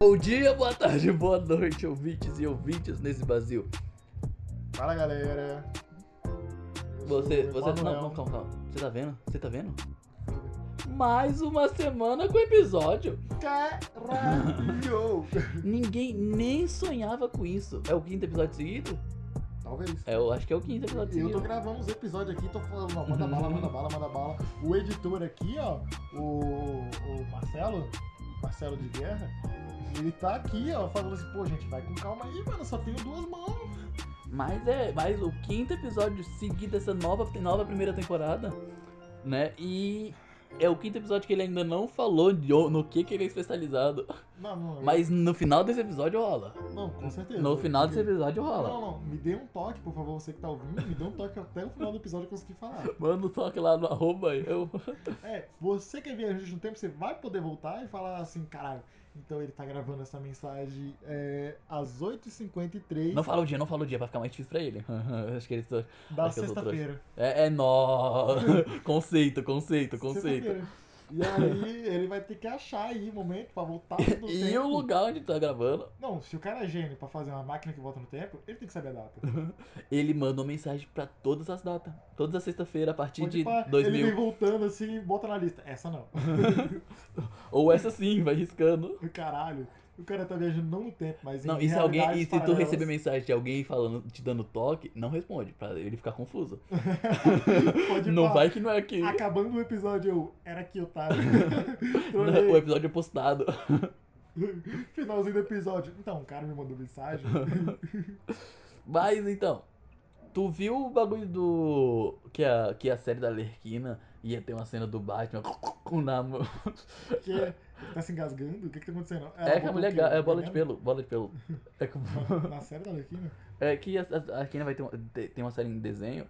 Bom dia, boa tarde, boa noite, ouvintes e ouvintes nesse Brasil. Fala galera. Eu sou Você, o você, não, Emanuel. não, calma, calma. Você tá vendo? Você tá vendo? Mais uma semana com episódio. Caralho! Ninguém nem sonhava com isso. É o quinto episódio seguido? Talvez. É, eu acho que é o quinto episódio Eu seguido. tô gravando os episódios aqui, tô falando, não, manda bala, manda bala, manda bala. O editor aqui, ó, o, o Marcelo, Marcelo de Guerra, ele tá aqui, ó, falando assim, pô, gente, vai com calma aí, mano, só tenho duas mãos. Mas é, mas o quinto episódio seguido dessa nova, nova primeira temporada, né? E é o quinto episódio que ele ainda não falou de o- no que, que ele é especializado. Não, não, Mas no final desse episódio rola. não, com certeza. No final desse Porque- episódio Não, rola. não, não, me dê um toque, por favor, você que tá ouvindo, me dê um toque até o final do episódio eu conseguir falar. Manda um toque lá no arroba eu. É, você que é viajante no tempo, você vai poder voltar e falar assim, caralho, então ele tá gravando essa mensagem é, às 8h53 Não fala o dia, não fala o dia, vai ficar mais difícil pra ele. Acho que ele. só- da aqui eu sou sexta-feira. É, é nó. Conceito, tá conceito, conceito. Sexta-feira. E aí ele vai ter que achar aí um momento pra voltar no E tempo. o lugar onde tá gravando, Não, se o cara é gênio pra fazer uma máquina que volta no tempo, ele tem que saber a data. ele manda uma mensagem pra todas as datas. Todas as sexta-feira, a partir Pode de pá, ele 2000. vem voltando assim, bota na lista. Essa não. Ou essa sim, vai riscando. Caralho. O cara tá viajando não no tempo, mas em Não, e se alguém. E realidades se tu paralelas. receber mensagem de alguém falando, te dando toque, não responde, pra ele ficar confuso. Pode Não pá. vai que não é aqui. Acabando o episódio, eu. Era aqui, otário. Trolei. O episódio é postado. Finalzinho do episódio. Então, o cara me mandou mensagem. Mas então, tu viu o bagulho do. Que a, que a série da Lerquina ia ter uma cena do Batman com na mão. Que é- tá se engasgando? O que que tá acontecendo? Ela É que botou a o mulher quê? ga- é bola de Veneno? pelo, bola de pelo. É, que- tá Na, na série da Alequina? é que a, a, a Lerquina vai ter uma, te- tem uma série em desenho,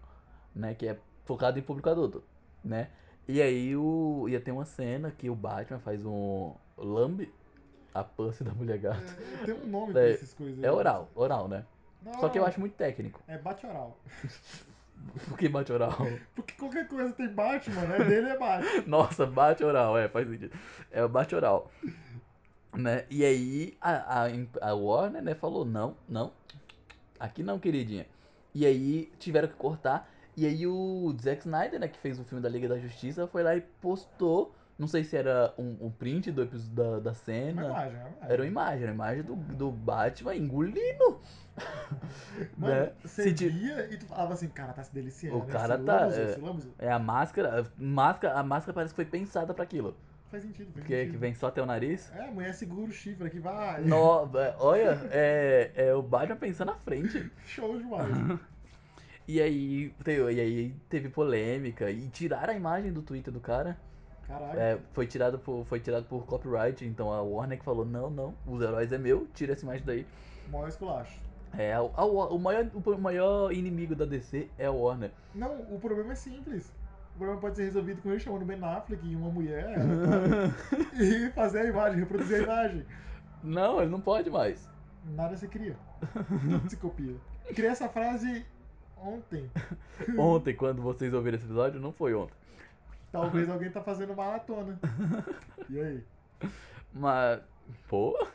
né, que é focada em público adulto, né? E aí o, ia ter uma cena que o Batman faz um lambe a pance da mulher gata. É, tem um nome pra É, essas coisas. aí. É oral, oral, né? Não, Só que eu acho muito técnico. É bate-oral. Por que bate oral? Porque qualquer coisa tem Batman, né? Dele é Batman. Nossa, bate oral, é, faz sentido. É o bate oral. Né? E aí a, a, a Warner né, falou, não, não, aqui não, queridinha. E aí tiveram que cortar. E aí o Zack Snyder, né, que fez o filme da Liga da Justiça, foi lá e postou, não sei se era um, um print do episo- da, da É uma cena. imagem, é uma imagem. Era um uma imagem, era uma imagem do, do Batman engolindo. Mano, né? você Se ti- via e tu falava assim, cara, tá se deliciando. O né? cara Esse tá, lambuzão, é. esse lambuzão. É a máscara, a máscara, a máscara parece que foi pensada pra aquilo. Faz sentido, faz Que, que sentido. vem só até o nariz. É, mulher segura o chifre aqui, vai. No, é, olha, é, é o Batman pensando na frente. Show demais. E aí, teve, e aí teve polêmica e tiraram a imagem do Twitter do cara. Caralho. É, foi tirado por foi tirado por copyright, então a Warner que falou: "Não, não, os heróis é meu, tira essa imagem daí". Maior esculacho. É, a- a Wa- o maior o maior inimigo da DC é a Warner. Não, o problema é simples. O problema pode ser resolvido com ele chamando Ben Affleck e uma mulher e fazer a imagem, reproduzir a imagem. não, ele não pode mais. Nada se cria. Tudo se copia. Criei essa frase ontem. Ontem quando vocês ouviram esse episódio, não foi ontem. Talvez alguém tá fazendo maratona. E aí? Mas pô,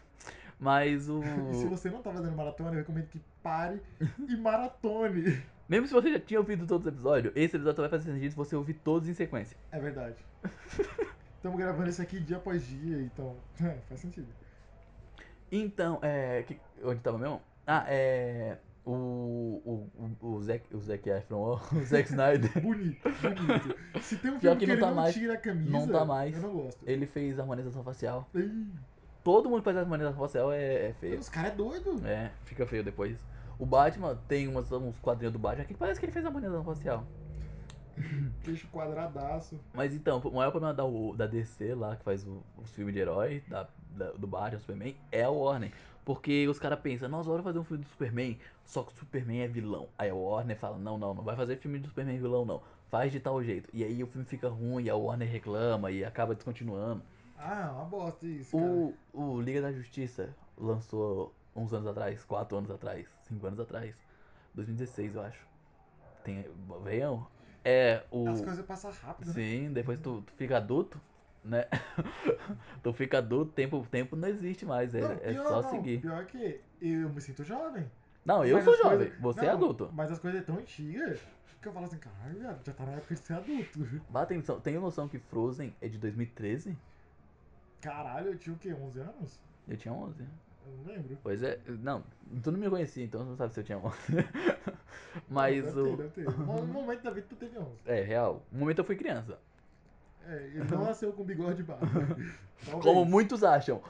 mas o E se você não tá fazendo maratona, eu recomendo que pare e maratone. mesmo se você já tinha ouvido todos os episódios, esse episódio só vai fazer sentido se você ouvir todos em sequência. É verdade. Estamos gravando isso aqui dia após dia, então é, faz sentido. Então, é. que- onde tava mesmo? Ah, é. O. O, o, o Zac. O Zac Efron, ó, o Zack Snyder. Bonito, bonito. Se tem um Pior que filme que, não ele tá não mais. tira a camisa, Não tá mais. eu não gosto. Ele fez harmonização facial. Ih. Todo mundo que faz harmonização facial é, é feio. Os caras é doido. É, fica feio depois. O Batman tem umas, uns quadrinhos do Batman que parece que ele fez harmonização facial. É. Queixo quadradaço. Mas então, o maior problema da, U- da DC lá, que faz o- os filmes de herói, da, da- do Batman, Superman, é a Warner. Porque os caras pensam, nossa, bora fazer um filme do Superman, só que o Superman é vilão. Aí a Warner fala, não, não, não vai fazer filme do Superman vilão, não. Faz de tal jeito. E aí o filme fica ruim, a Warner reclama e acaba descontinuando. Ah, uma bosta isso, cara. O, o Liga da Justiça lançou uns anos atrás, quatro anos atrás, cinco anos atrás, 2016, eu acho. Tem, É, veião? É, o... As coisas passam rápido, né? Sim, depois tu, tu fica adulto, né? tu fica adulto, tempo, tempo não existe mais. É, Não, é pior só não, seguir. Pior que eu me sinto jovem. Não, eu Mas sou as jovem, coisas- você é não, adulto. Mas as coisas é tão antigas que eu falo assim, caralho, viado, já tá na época de ser adulto. Bah, tem, noção- tem noção que Frozen é de 2013? Caralho, eu tinha o quê? 11 anos? Eu tinha 11. Eu não lembro. Pois é, não, tu não me conhecia, então tu não sabe se eu tinha 11. Mas Deve ter, o. deve ter. No momento da vida tu teve 11. É, real. No momento eu fui criança. É, ele não nasceu com bigode e barba. Talvez. Como muitos acham.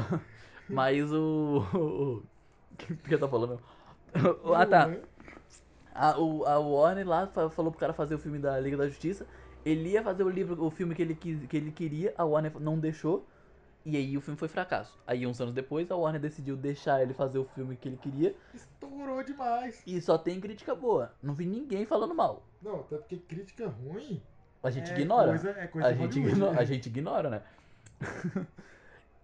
Mas o. O que que eu tô falando? Ah, tá. A, o, a Warner lá fa- falou pro cara fazer o filme da Liga da Justiça. Ele ia fazer o livro, o filme que ele, quis- que ele queria, a Warner não deixou. E aí o filme foi fracasso. Aí uns anos depois a Warner decidiu deixar ele fazer o filme que ele queria. Estourou demais. E só tem crítica boa. Não vi ninguém falando mal. Não, até porque crítica ruim. A gente é ignora. Coisa, é coisa a, de gente Hollywood, igno- né? a gente ignora, né?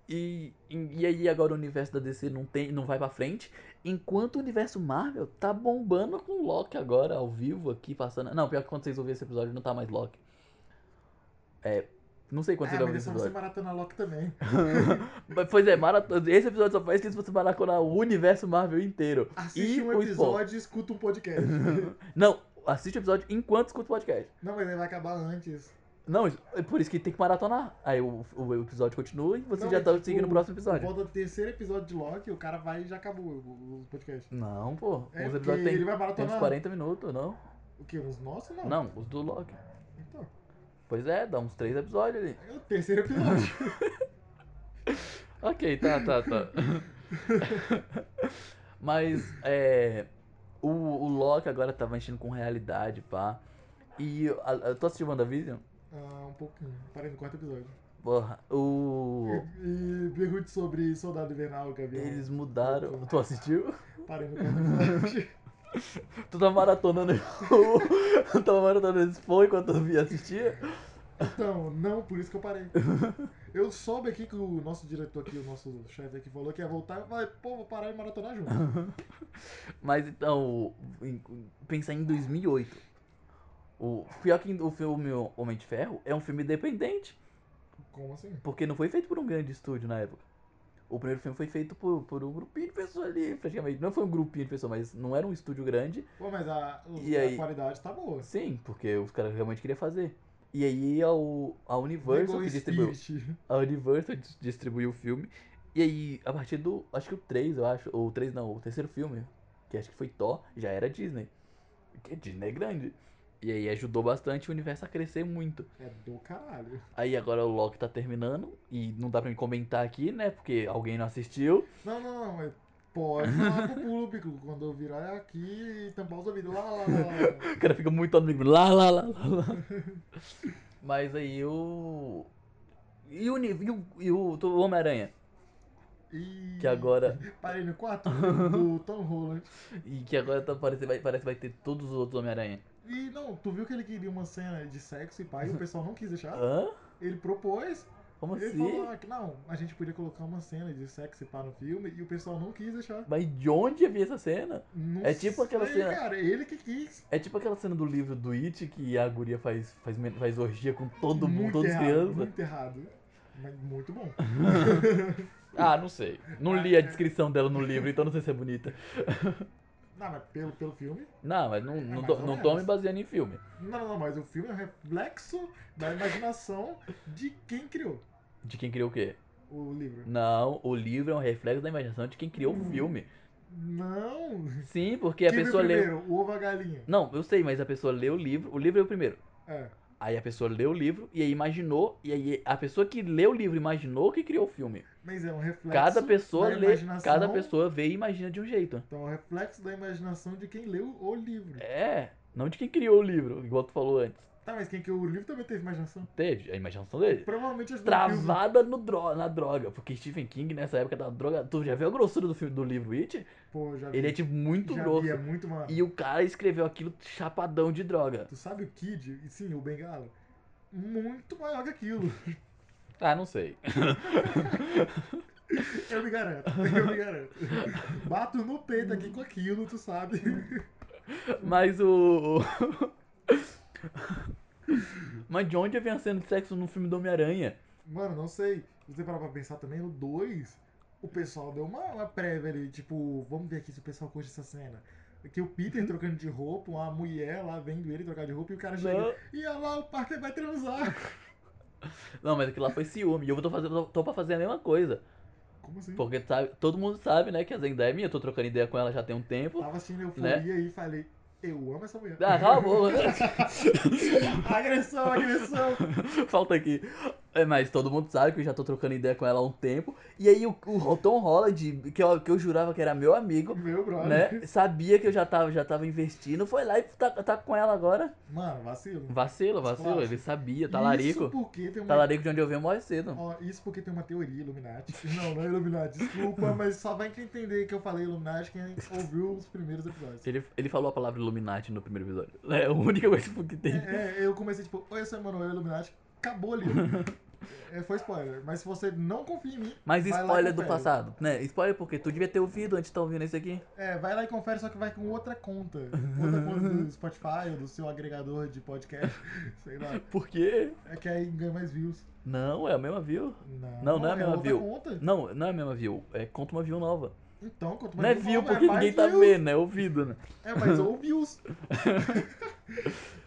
e, e, e aí agora o universo da DC não, tem, não vai pra frente, enquanto o universo Marvel tá bombando com o Loki agora, ao vivo, aqui, passando... Não, pior que quando vocês ouvirem esse episódio não tá mais Loki. É... Não sei quando Ah, vocês mas ouviram é esse só você episódio. maratona Lock também. Mas, pois é, maratona, esse episódio só faz sentido se você maratonar o universo Marvel inteiro. Assiste E um o Spawn. episódio e escuta um podcast. Não, assiste o episódio enquanto escuta o podcast. não, mas ele vai acabar antes. Não, isso- é por isso que tem que maratonar. Aí o, o episódio continua e você Não, já mas, tá tipo, seguindo o próximo episódio. Volta do terceiro episódio de Loki, o cara vai e já acabou o, o podcast. Não, pô. É, os porque episódios tem, ele vai tem uns maratonar. 40 minutos, não? O quê? Uns nossos? Não. Não, os do Loki. Então, Pois é, dá uns 3 episódios ali. é o terceiro episódio. Ok, tá, tá, tá. Mas, é. O, o Loki agora tava enchendo com realidade, pá. E eu, a- eu tô assistindo WandaVision? ah, um pouquinho. Parei no quarto episódio. Porra, o. E pergunte sobre Soldado Invernal, Gabriel. Eles mudaram. Tu assistiu? Parei no quarto episódio. Tu tava maratonando. Tu tava maratonando esse foi enquanto eu vi assistir? Então, não, por isso que eu parei. Eu soube aqui que o nosso diretor aqui, o nosso chefe aqui, falou que ia voltar, mas, pô, vou parar e maratonar junto. Mas então, em- pensar em 2008. O, pior que o filme Homem de Ferro é um filme independente, Como assim? porque não foi feito por um grande estúdio na época. O primeiro filme foi feito por, por um grupinho de pessoas ali, praticamente. Não foi um grupinho de pessoas, mas não era um estúdio grande. Pô, mas a, o- E a aí? qualidade tá boa. Sim, porque os caras realmente queriam fazer. E aí a, o- a Universal Pegou que o distribuiu. Spirit. A Universal dis- distribuiu o filme. E aí, a partir do. Acho que o 3, eu acho. Ou o 3 não, o terceiro filme, que acho que foi Thor, já era Disney. Porque Disney é grande. E aí ajudou bastante o universo a crescer muito. É do caralho. Aí agora o Loki tá terminando. E não dá pra me comentar aqui, né? Porque alguém não assistiu. Não, não, não, mas pode falar pro público quando eu virar é aqui e tampar os ouvidos. Lá, lá, lá, lá. O cara fica muito amigo. Lá, lá, lá, lá, lá. Mas aí o. E o, uni- e o, e o o Homem-Aranha? E... Que agora. Parei no quarto do Tom Holland. E que agora tá, parece, vai, parece que vai ter todos os outros Homem-Aranha. E não, tu viu que ele queria uma cena de sexo e pai, o pessoal não quis deixar? Hã? Ele propôs, Como Ele assim? falou ah, que não, a gente podia colocar uma cena de sexo e pá no filme e o pessoal não quis deixar. Mas de onde havia essa cena? Não É tipo aquela sei, cena- Cara, ele que quis. É tipo aquela cena do livro do It que a guria faz, faz, men- faz orgia com todo mundo, muito todas as errado, crianças. Muito errado. Mas muito bom. Ah, não sei. Não li a é descrição dela no livro, então não sei se é bonita. Não, mas pelo, pelo filme. Não, mas não, não, É mais tô, ou não menos. tô me baseando em filme. Não, não, mas o filme é um reflexo da imaginação de quem criou De quem criou o quê? o livro. Não, o livro é um reflexo da imaginação de quem criou o filme. Não! Sim, porque a Hum. Quem veio pessoa leu. primeiro, o ovo ou a galinha? Não, eu sei, mas a pessoa leu o livro. O livro é o primeiro. É. Aí a pessoa leu o livro e aí imaginou. E aí a pessoa que leu o livro imaginou que criou o filme. Mas é um reflexo Cada pessoa da lê. imaginação. Cada pessoa vê e imagina de um jeito. Então, é um reflexo da imaginação de quem leu o livro. É, não de quem criou o livro, igual tu falou antes. Tá, mas quem criou o livro também teve imaginação. Teve a imaginação dele. Provavelmente as né? do filme. Travada no dro na droga, porque Stephen King nessa época da droga. Tu já viu a grossura do filme do livro It? Pô, já vi. Ele é tipo muito já grosso. vi, é muito uma... E o cara escreveu aquilo chapadão de droga. Tu sabe o Kid? E Sim, o Bengala. Muito maior que aquilo. Ah, não sei. Eu me garanto. Eu me garanto. Bato no peito aqui com aquilo, tu sabe. Mas o. Mas de onde vem a cena de sexo no filme do Homem-Aranha? Mano, não sei. Se você parar pra pensar também, no 2, o pessoal deu uma, uma prévia ali, tipo, vamos ver aqui se o pessoal curte essa cena. Que o Peter trocando de roupa, uma mulher lá vendo ele trocar de roupa e o cara chega. Não. E olha lá, o Parker vai transar. Não, mas aquilo lá foi ciúme. E eu tô, fazendo, tô pra fazer a mesma coisa. Como assim? Porque sabe, todo mundo sabe, né, que a Zendaya é minha. Eu tô trocando ideia com ela já tem um tempo. Tava assistindo euforia e falei, eu amo essa mulher. Ah, cala a boca. agressão, agressão. Falta aqui. É, mas todo mundo sabe que eu já tô trocando ideia com ela há um tempo. E aí o, o Tom Holland, que eu, que eu jurava que era meu amigo, Meu brother. né? Sabia que eu já tava, já tava investindo, foi lá e tá, tá com ela agora. Mano, vacilo. Vacilo, vacilo, Claro. ele sabia, talarico. Isso né? porque tem uma Talarico de onde eu venho morre cedo. Ó, isso porque tem uma teoria Illuminati. Não, não é Illuminati, desculpa, mas só vai entender que eu falei Illuminati quem ouviu os primeiros episódios. Ele, ele falou a palavra Illuminati no primeiro episódio. É a única coisa que É, tem. é, eu comecei tipo, oi, eu sou Emanuel Illuminati, acabou ali. É, foi spoiler, mas se você não confia em mim, Mas Vai lá e spoiler do confere. passado, né? Spoiler porque tu devia ter ouvido antes de tá ouvindo esse aqui. é, vai lá e confere, só que vai com outra conta. Outra conta do Spotify ou do seu agregador de podcast, sei lá. Por quê? É que aí ganha mais views. Não, é a mesma view. Não, Não, não é a mesma outra view. conta. Não, não é a mesma view. É conta uma view nova. Então, quanto não é mais views, view mais- porque mais ninguém tá views. vendo, é ouvido, né? É, mas ou views.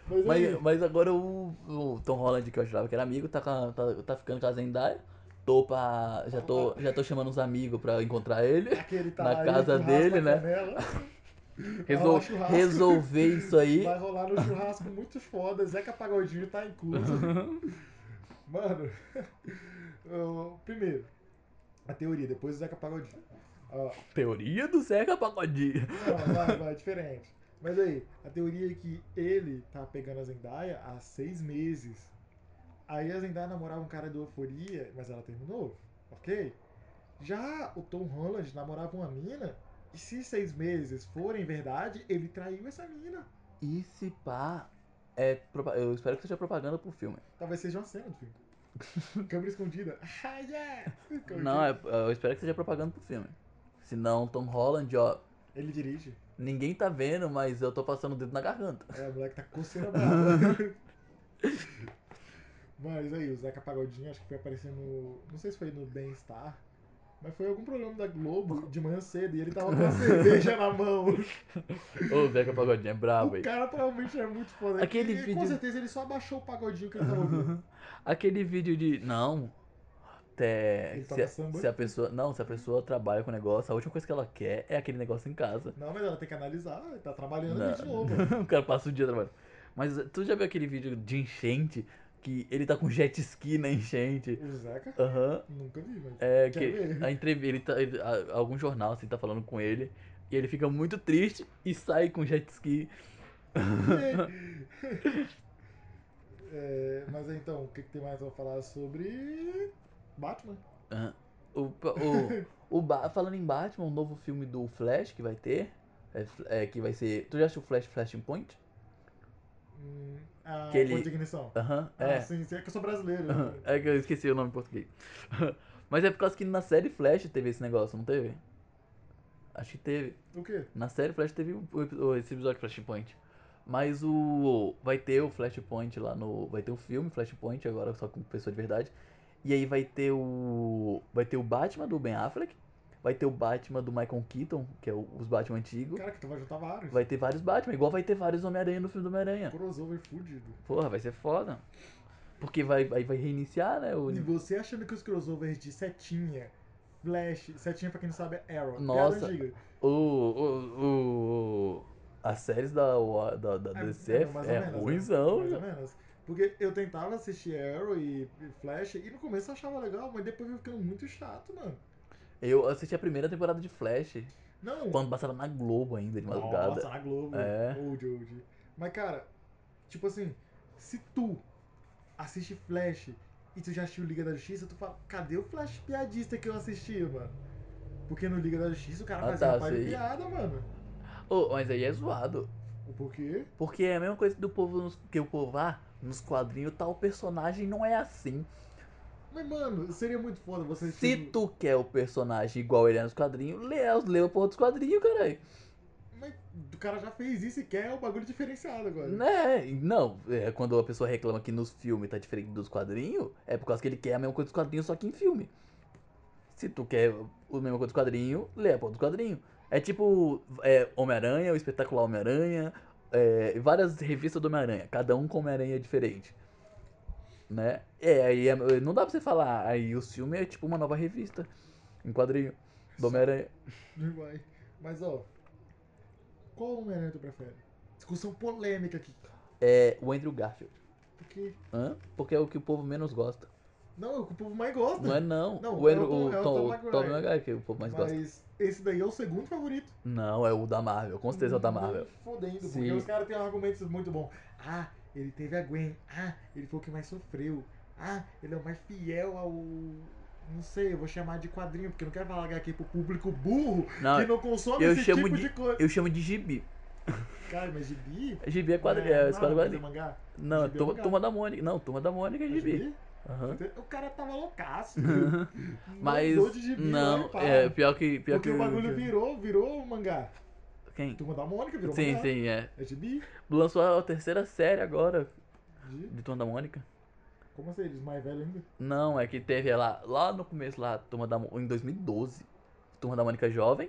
mas, é aí, Mas, mas agora o, o Tom Holland, que eu achava que era amigo, tá, com a- tá, tá ficando com a Zendaya. Tô pra, já, tô, já tô chamando uns amigos pra encontrar ele. Aquele tá na lá, casa ele com dele, raspa né? a canela. Resol- rolar churrasco. resolver isso aí. Vai rolar no churrasco muito foda, Zeca Pagodinho tá incluso. Mano, eu- primeiro, a teoria, depois o Zeca Pagodinho. Ó, Teoria do Zeca Pagodinho. não, vai, vai, diferente. Mas aí, a teoria é que ele tá pegando a Zendaya há seis meses. Aí a Zendaya namorava um cara do Euforia, mas ela terminou, ok? Já o Tom Holland namorava uma mina, e se seis meses forem verdade, ele traiu essa mina. E se pá. É, propa- eu espero que seja propaganda pro filme. Talvez seja uma cena do filme. Câmera escondida. Ah, yeah! Câmera Não, escondida. é, eu espero que seja propaganda pro filme. Senão, Tom Holland, ó. Ele dirige. Ninguém tá vendo, mas eu tô passando o dedo na garganta. É, o moleque tá coceira brava. Mas aí, o Zeca Pagodinho acho que foi aparecer no. Não sei se foi no Bem-Estar, mas foi algum programa da Globo de manhã cedo e ele tava com uma cerveja na mão. Ô, Zeca Pagodinho é brabo, O aí. cara provavelmente é muito foda. Aquele e, Com vídeo- certeza ele só abaixou o pagodinho que ele tava ouvindo. Aquele vídeo de. Não. É, Ele tá se, toca a, samba? se é- a pessoa. Não, se a pessoa trabalha com o negócio, a última coisa que ela quer é aquele negócio em casa. Não, mas ela tem que analisar, ele tá trabalhando Não. ali de novo. o cara passa o dia trabalhando. Mas eh, tu já viu aquele vídeo de enchente que ele tá com jet ski na enchente? O Zeca? Aham. Nunca vi, mas. É Quero que ver. a entrevista, ele tá, ele- a- algum jornal assim tá falando com ele e ele fica muito triste e sai com jet ski. É, mas então, o que, que tem mais pra falar sobre Batman? Aham. O, o, o Ba- falando em Batman, o novo filme do Flash que vai ter, é, Fl- é, que vai ser, tu já assistiu Flash Flashpoint? Hum, a Que ele- ponte de ignição. Aham. Ah, é. sim, sim, é que eu sou brasileiro. né? Aham, É que eu esqueci o nome em português. Mas é por causa que na série Flash teve esse negócio, não teve? Acho que teve. O quê? Na série Flash teve o- o- esse episódio Flashpoint. Mas o. Vai ter o Flashpoint lá no. Vai ter o filme Flashpoint agora, só com pessoa de verdade. E aí vai ter o. Vai ter o Batman do Ben Affleck. Vai ter o Batman do Michael Keaton, que é o- os Batman antigos. Cara, que tu vai juntar vários. Vai ter vários Batman, igual vai ter vários Homem-Aranha no filme do Homem-Aranha. Crossover fudido. Porra, vai ser foda. Porque vai, vai, vai reiniciar, né? O, E você achando que os crossovers de setinha, Flash, setinha pra quem não sabe é Arrow. Nossa. piada antiga. O, o, o, o- as séries da, Wa- da, da DC não, mais é, ou menos, né? ruimzão. Mais ou menos. Porque eu tentava assistir Arrow e e Flash e no começo eu achava legal, mas depois foi ficando muito chato, mano. Eu assisti a primeira temporada de Flash, Não, quando passava na Globo ainda, de madrugada. Nossa, na Globo. É. Old, old. Mas, cara, tipo assim, se tu assiste Flash e tu já assistiu Liga da Justiça, tu fala, cadê o Flash piadista que eu assisti, mano? Porque no Liga da Justiça o Ah, cara faz tá, uma par de sei. piada, mano. Ô, mas aí é zoado, Por quê? porque é a mesma coisa do povo, nos- que o povo, ah, nos quadrinhos tal personagem não é assim. Mas, mano, seria muito foda você Se assistir- um- tu quer o personagem igual ele é nos quadrinhos, lê, lê a porra dos quadrinhos, caralho. Mas o cara já fez isso e quer o bagulho diferenciado agora. Né? Não, é, quando a pessoa reclama que nos filmes tá diferente dos quadrinhos, é por causa que ele quer a mesma coisa dos quadrinhos, só que em filme. Se tu quer a mesma coisa dos quadrinhos, lê a porra dos quadrinhos. É tipo é, Homem-Aranha, o espetacular Homem-Aranha, é, várias revistas do Homem-Aranha, cada um com Homem-Aranha diferente. Né? É, aí é- não dá pra você falar, aí o filme é tipo uma nova revista, em quadrinho, do Homem-Aranha. Vai. Mas ó, qual Homem-Aranha tu prefere? Discussão polêmica aqui. É o Andrew Garfield. Porque. Hã? Porque é o que o povo menos gosta. Não, é o que o povo mais gosta. Não é não. Não, o é o Andrew, Tom- é o o Tom, Tom o Maguire. Tom Maguire que o povo mais gosta. Mas esse daí é o segundo favorito. Não, é o da Marvel, com certeza é o da Marvel. Nem Fodendo, porque Sim. os caras têm argumentos muito bons. Ah, ele teve a Gwen. Ah, ele foi o que mais sofreu. Ah, ele é o mais fiel ao. Não sei, eu vou chamar de quadrinho, porque eu não quero falar aqui pro público burro Não, que não consome Ah, eu esse chamo tipo de- de, coisa. eu chamo de gibi. Cara, mas gibi. Gibi é quadrinho, não é, nada, esquadro mas é quadrinho. mangá. Não, é gibi é turma, mangá. Turma da Mônica. Não, turma da Mônica é É gibi. Aham. Então, O cara tava loucaço. Mas Mandou de gibi lá não, e pá. é pior que pior Porque que o bagulho virou, virou mangá. quem? Turma da Mônica virou Sim, mangá. sim, é. É gibi. Lançou a terceira série agora De... de Turma da Mônica. Como assim? Eles mais velhos ainda? Não, é que teve lá, lá no começo lá, Turma da Mo- em 2012. Turma da Mônica jovem?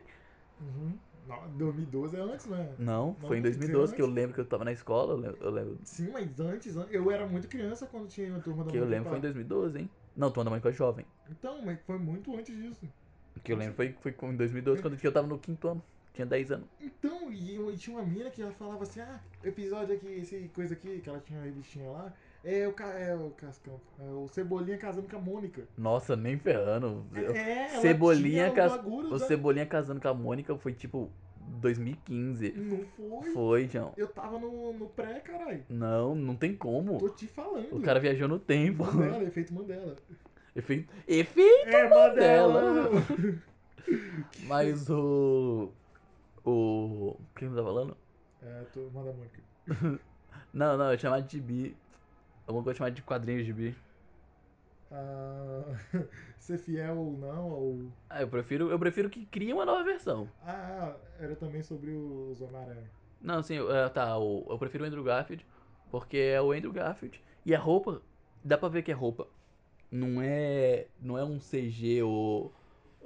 Uhum. Não, 2012 é antes, né? Não, Não, foi em tem que ser 2012 que eu antes. lembro que eu tava na escola, eu lembro, eu lembro Sim, mas antes, an- eu era muito criança quando tinha a turma da que eu Mônica lembro foi em Pá. 2012, hein? Não, Turma da Mônica jovem. Então, mas foi muito antes disso. O que eu lembro foi, foi em 2012, quando eu tava no quinto ano. Tinha 10 anos. Então, e, eu- e tinha uma mina que ela falava assim, ah, episódio aqui, esse coisa aqui, que ela tinha uma revistinha lá, é o, ca- é o Cascão, é o Cebolinha casando com a Mônica. Nossa, nem ferrando. Eu- É, ela Cebolinha tinha né? o cas- bagulho O da- Cebolinha casando com a Mônica foi tipo 2015. Não foi. Foi, João. Eu tava no, no pré, caralho. Não, não tem como. Tô te Né? falando. O cara viajou no tempo. Mandela, efeito Mandela. Efeito. Efeito! É, Mandela. Mas o. O. O que eu tava falando? É, turma da Mônica. Não, não, eu chamar de gibi. Alguma coisa chamada de quadrinho gibi. Ah, ser fiel ou não ao. Ah, eu prefiro, eu prefiro que crie uma nova versão. Ah, era também sobre os Homem-Aranha. Não, sim, eu- ah, tá, o- eu prefiro o Andrew Garfield, porque é o Andrew Garfield. E a roupa, dá pra ver que é roupa. Não é. Não é um CG ou.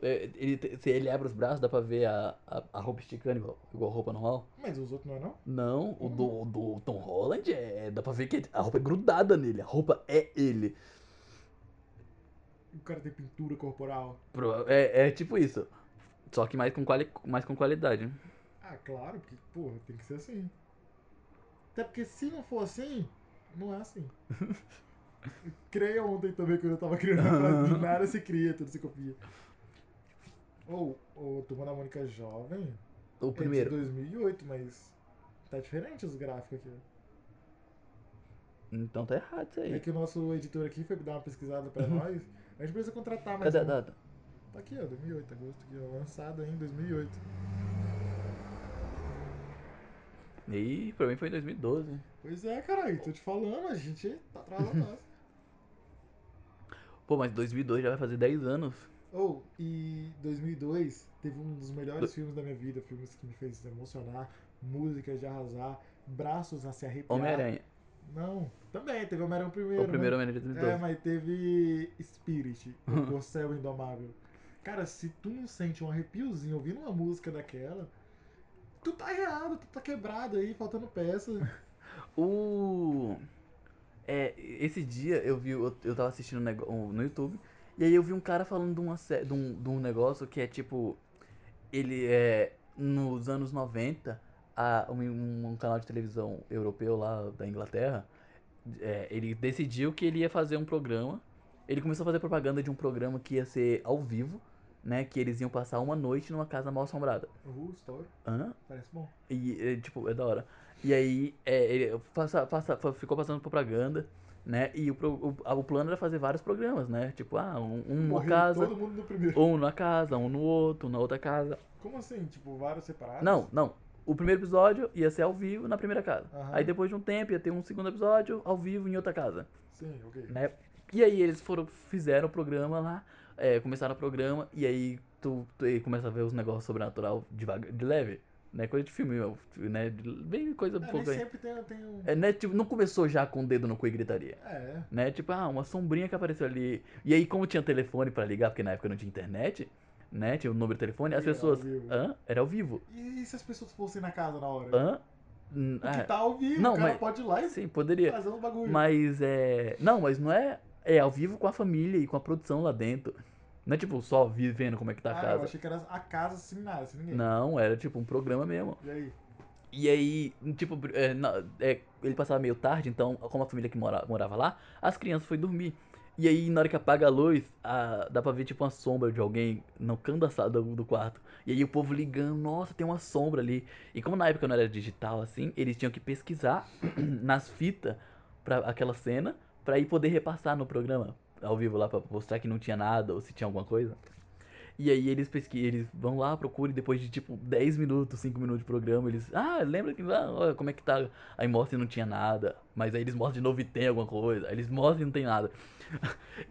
é, Ele, te- se ele abre os braços, dá pra ver a, a, a roupa esticando igual, igual a roupa normal. Mas os outros não é não? Não, o do, o do Tom Holland é. Dá pra ver que a roupa é grudada nele. A roupa é ele. O cara tem pintura corporal. Pro- É, é tipo isso. Só que mais com, quali, mais com qualidade. né? Ah, claro, porque, porra, tem que ser assim. Até porque se não for assim, não é assim. Creia ontem também, quando eu tava criando a frase, do nada se cria, tudo se copia. Ou, ou Turma da Mônica é Jovem. O primeiro. É de 2008, mas tá diferente os gráficos aqui. Então tá errado isso É aí. que o nosso editor aqui foi dar uma pesquisada pra nós. A gente precisa contratar mais Uhum. Cadê a um. data? Tá aqui, ó, 2008, agosto, aqui, ó, lançado em 2008. Ih, pra mim foi em 2012. Pois é, caralho, tô te falando, a gente tá atrás da nós. Pô, mas 2002 já vai fazer 10 anos. Ou, e 2002 teve um dos melhores filmes da minha vida, filmes que me fez emocionar, músicas de arrasar, braços a se arrepiar. Homem-Aranha. Não, também, teve Homem-Aranha primeiro. O primeiro Homem-Aranha de né? É, 2012. mas teve Spirit, o Corcel Indomável. Cara, se tu não sente um arrepiozinho ouvindo uma música daquela, tu tá errado, tu tá quebrado aí, faltando peça. O. É, esse dia eu vi, eu, eu tava assistindo um nego- um- no YouTube, e aí eu vi um cara falando de, uma, sé- de, um, de um negócio que é tipo. Ele é. Nos anos 90, a, um, um- um canal de televisão europeu lá da Inglaterra, é, ele decidiu que ele ia fazer um programa. Ele começou a fazer propaganda de um programa que ia ser ao vivo, né? Que eles iam passar uma noite numa casa mal assombrada. Uh, story, Hã? parece bom. E, é, tipo, é da hora. E aí, é, ele passa, passa, fa- ficou passando propaganda, né? E o, pro- o, a- o plano era fazer vários programas, né? Tipo, ah, um, um numa Morreu casa, todo mundo no primeiro. um na casa, um no outro, um na outra casa. Como assim? Tipo, vários separados? Não, não. O primeiro episódio ia ser ao vivo na primeira casa. Aham. Aí depois de um tempo ia ter um segundo episódio ao vivo em outra casa. Sim, ok. É, né? E aí eles foram, fizeram o programa lá, é, começaram o programa, e aí tu, tu e começa a ver os negócios sobrenatural devagar, de leve. Né? Coisa de filme, ó, né? Bem coisa É, nem pouco. sempre tem, tem um. É, né? Tipo, não começou já com o dedo no cu e gritaria. É. né? Tipo, ah, uma sombrinha que apareceu ali. E aí, como tinha telefone pra ligar, porque na época não tinha internet, né? Tinha o número de telefone, as Era ao pessoas. vivo. Hã? Era ao vivo. E se as pessoas fossem na casa na hora? Hã? Hum, Que Ah, tá ao vivo, Não, o cara mas- pode ir lá e sim, poderia. fazer um bagulho. Mas é. Não, mas não é. É ao vivo com a família e com a produção lá dentro. Não é tipo só vivendo como é que tá a ah, eu casa. achei que era a casa sem nada, sem ninguém. Não, era tipo um programa mesmo. E aí? E aí, tipo, é, na- é, ele passava meio tarde, então, como a família que mora, morava lá, as crianças foram dormir. E aí, na hora que apaga a luz, a- dá pra ver, tipo, uma sombra de alguém no canto da sala do, do quarto. E aí o povo ligando, nossa, tem uma sombra ali. E como na época não era digital, assim, eles tinham que pesquisar nas fitas pra aquela cena, pra aí poder repassar no programa, ao vivo lá, pra mostrar que não tinha nada, ou se tinha alguma coisa. E aí eles pesquisam, eles vão lá, procuram, e depois de tipo 10 minutos, 5 minutos de programa, eles. Ah, lembra que. Ah, olha como é que tá. Aí mostra e não tinha nada. Mas aí eles mostram de novo e tem alguma coisa. Aí eles mostram e não tem nada.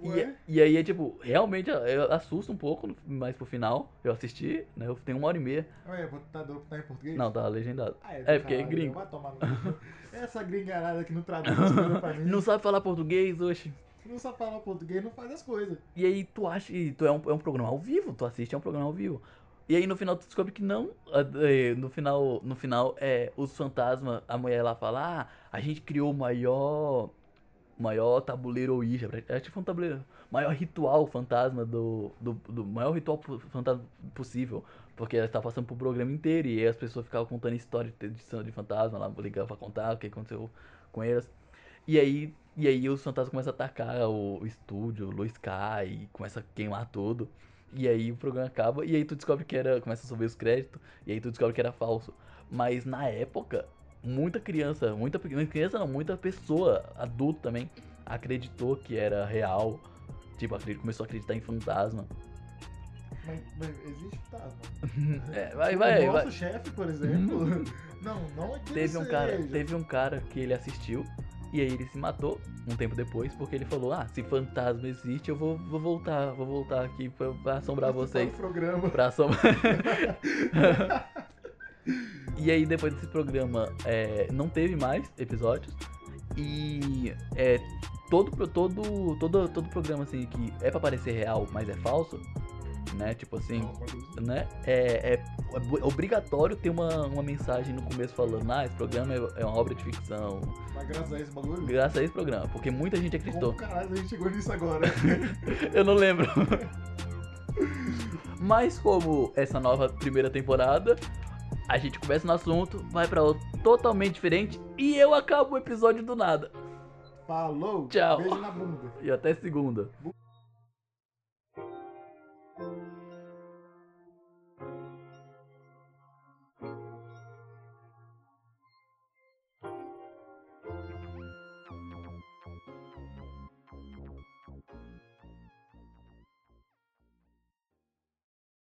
Ué? E, e aí é tipo, realmente é, é, assusta um pouco, mas pro final eu assisti, né? Eu tenho uma hora e meia. Ué, vou- tá, dando- tá em português? Não, tá legendado. Ah, é do porque é caralho, gringo. Vai tomar no cu. Essa gringarada que não traduz as coisas pra mim. Não sabe falar português hoje. Não sabe falar português, não faz as coisas. E aí tu acha. E tu é um, é um programa ao vivo, tu assiste, é um programa ao vivo. E aí no final tu descobre que não. ah, eh, No final, no final é os fantasmas, a mulher lá fala, ah, a gente criou o maior. o Maior tabuleiro Ouija. pra- É tipo um tabuleiro. Maior ritual fantasma do. do, do maior ritual po- fantasma possível. Porque ela estava passando pro programa inteiro e aí as pessoas ficavam contando história de, de, de fantasma lá, ligava pra contar o que aconteceu com elas. E aí, e aí os fantasmas começam a atacar o, o estúdio, o Luiz K, e começa a queimar tudo. E aí o programa acaba, e aí tu descobre que era. Começa a subir os créditos, e aí tu descobre que era falso. Mas na época, muita criança, muita pe- não, criança não, muita pessoa, adulto também, acreditou que era real. Tipo, acre- começou a acreditar em fantasma. Mas, mas existe fantasma. É, vai, O vai, nosso vai. chefe, por exemplo. não, não é que ele Teve um, cara, seja. teve um cara que ele assistiu e aí ele se matou um tempo depois porque ele falou: Ah, se fantasma existe, eu vou, vou voltar, vou voltar aqui pra, pra assombrar Participar vocês. do tá programa. Pra assombrar. e aí depois desse programa é, não teve mais episódios e é, todo, pro- todo, todo, todo programa assim que é pra parecer real, mas é falso, né? Tipo assim Não, mas- né? É, é ob- obrigatório ter uma, uma mensagem no começo falando, ah, esse programa é, é uma obra de ficção. Mas graças a esse bagulho. Graças a esse programa, porque muita gente acreditou. Como caralho a gente chegou nisso agora? Eu não lembro. Mas como essa nova primeira temporada, a gente começa no assunto, vai pra outro totalmente diferente e eu acabo o episódio do nada. Falou! Tchau. Beijo na bunda. E até segunda.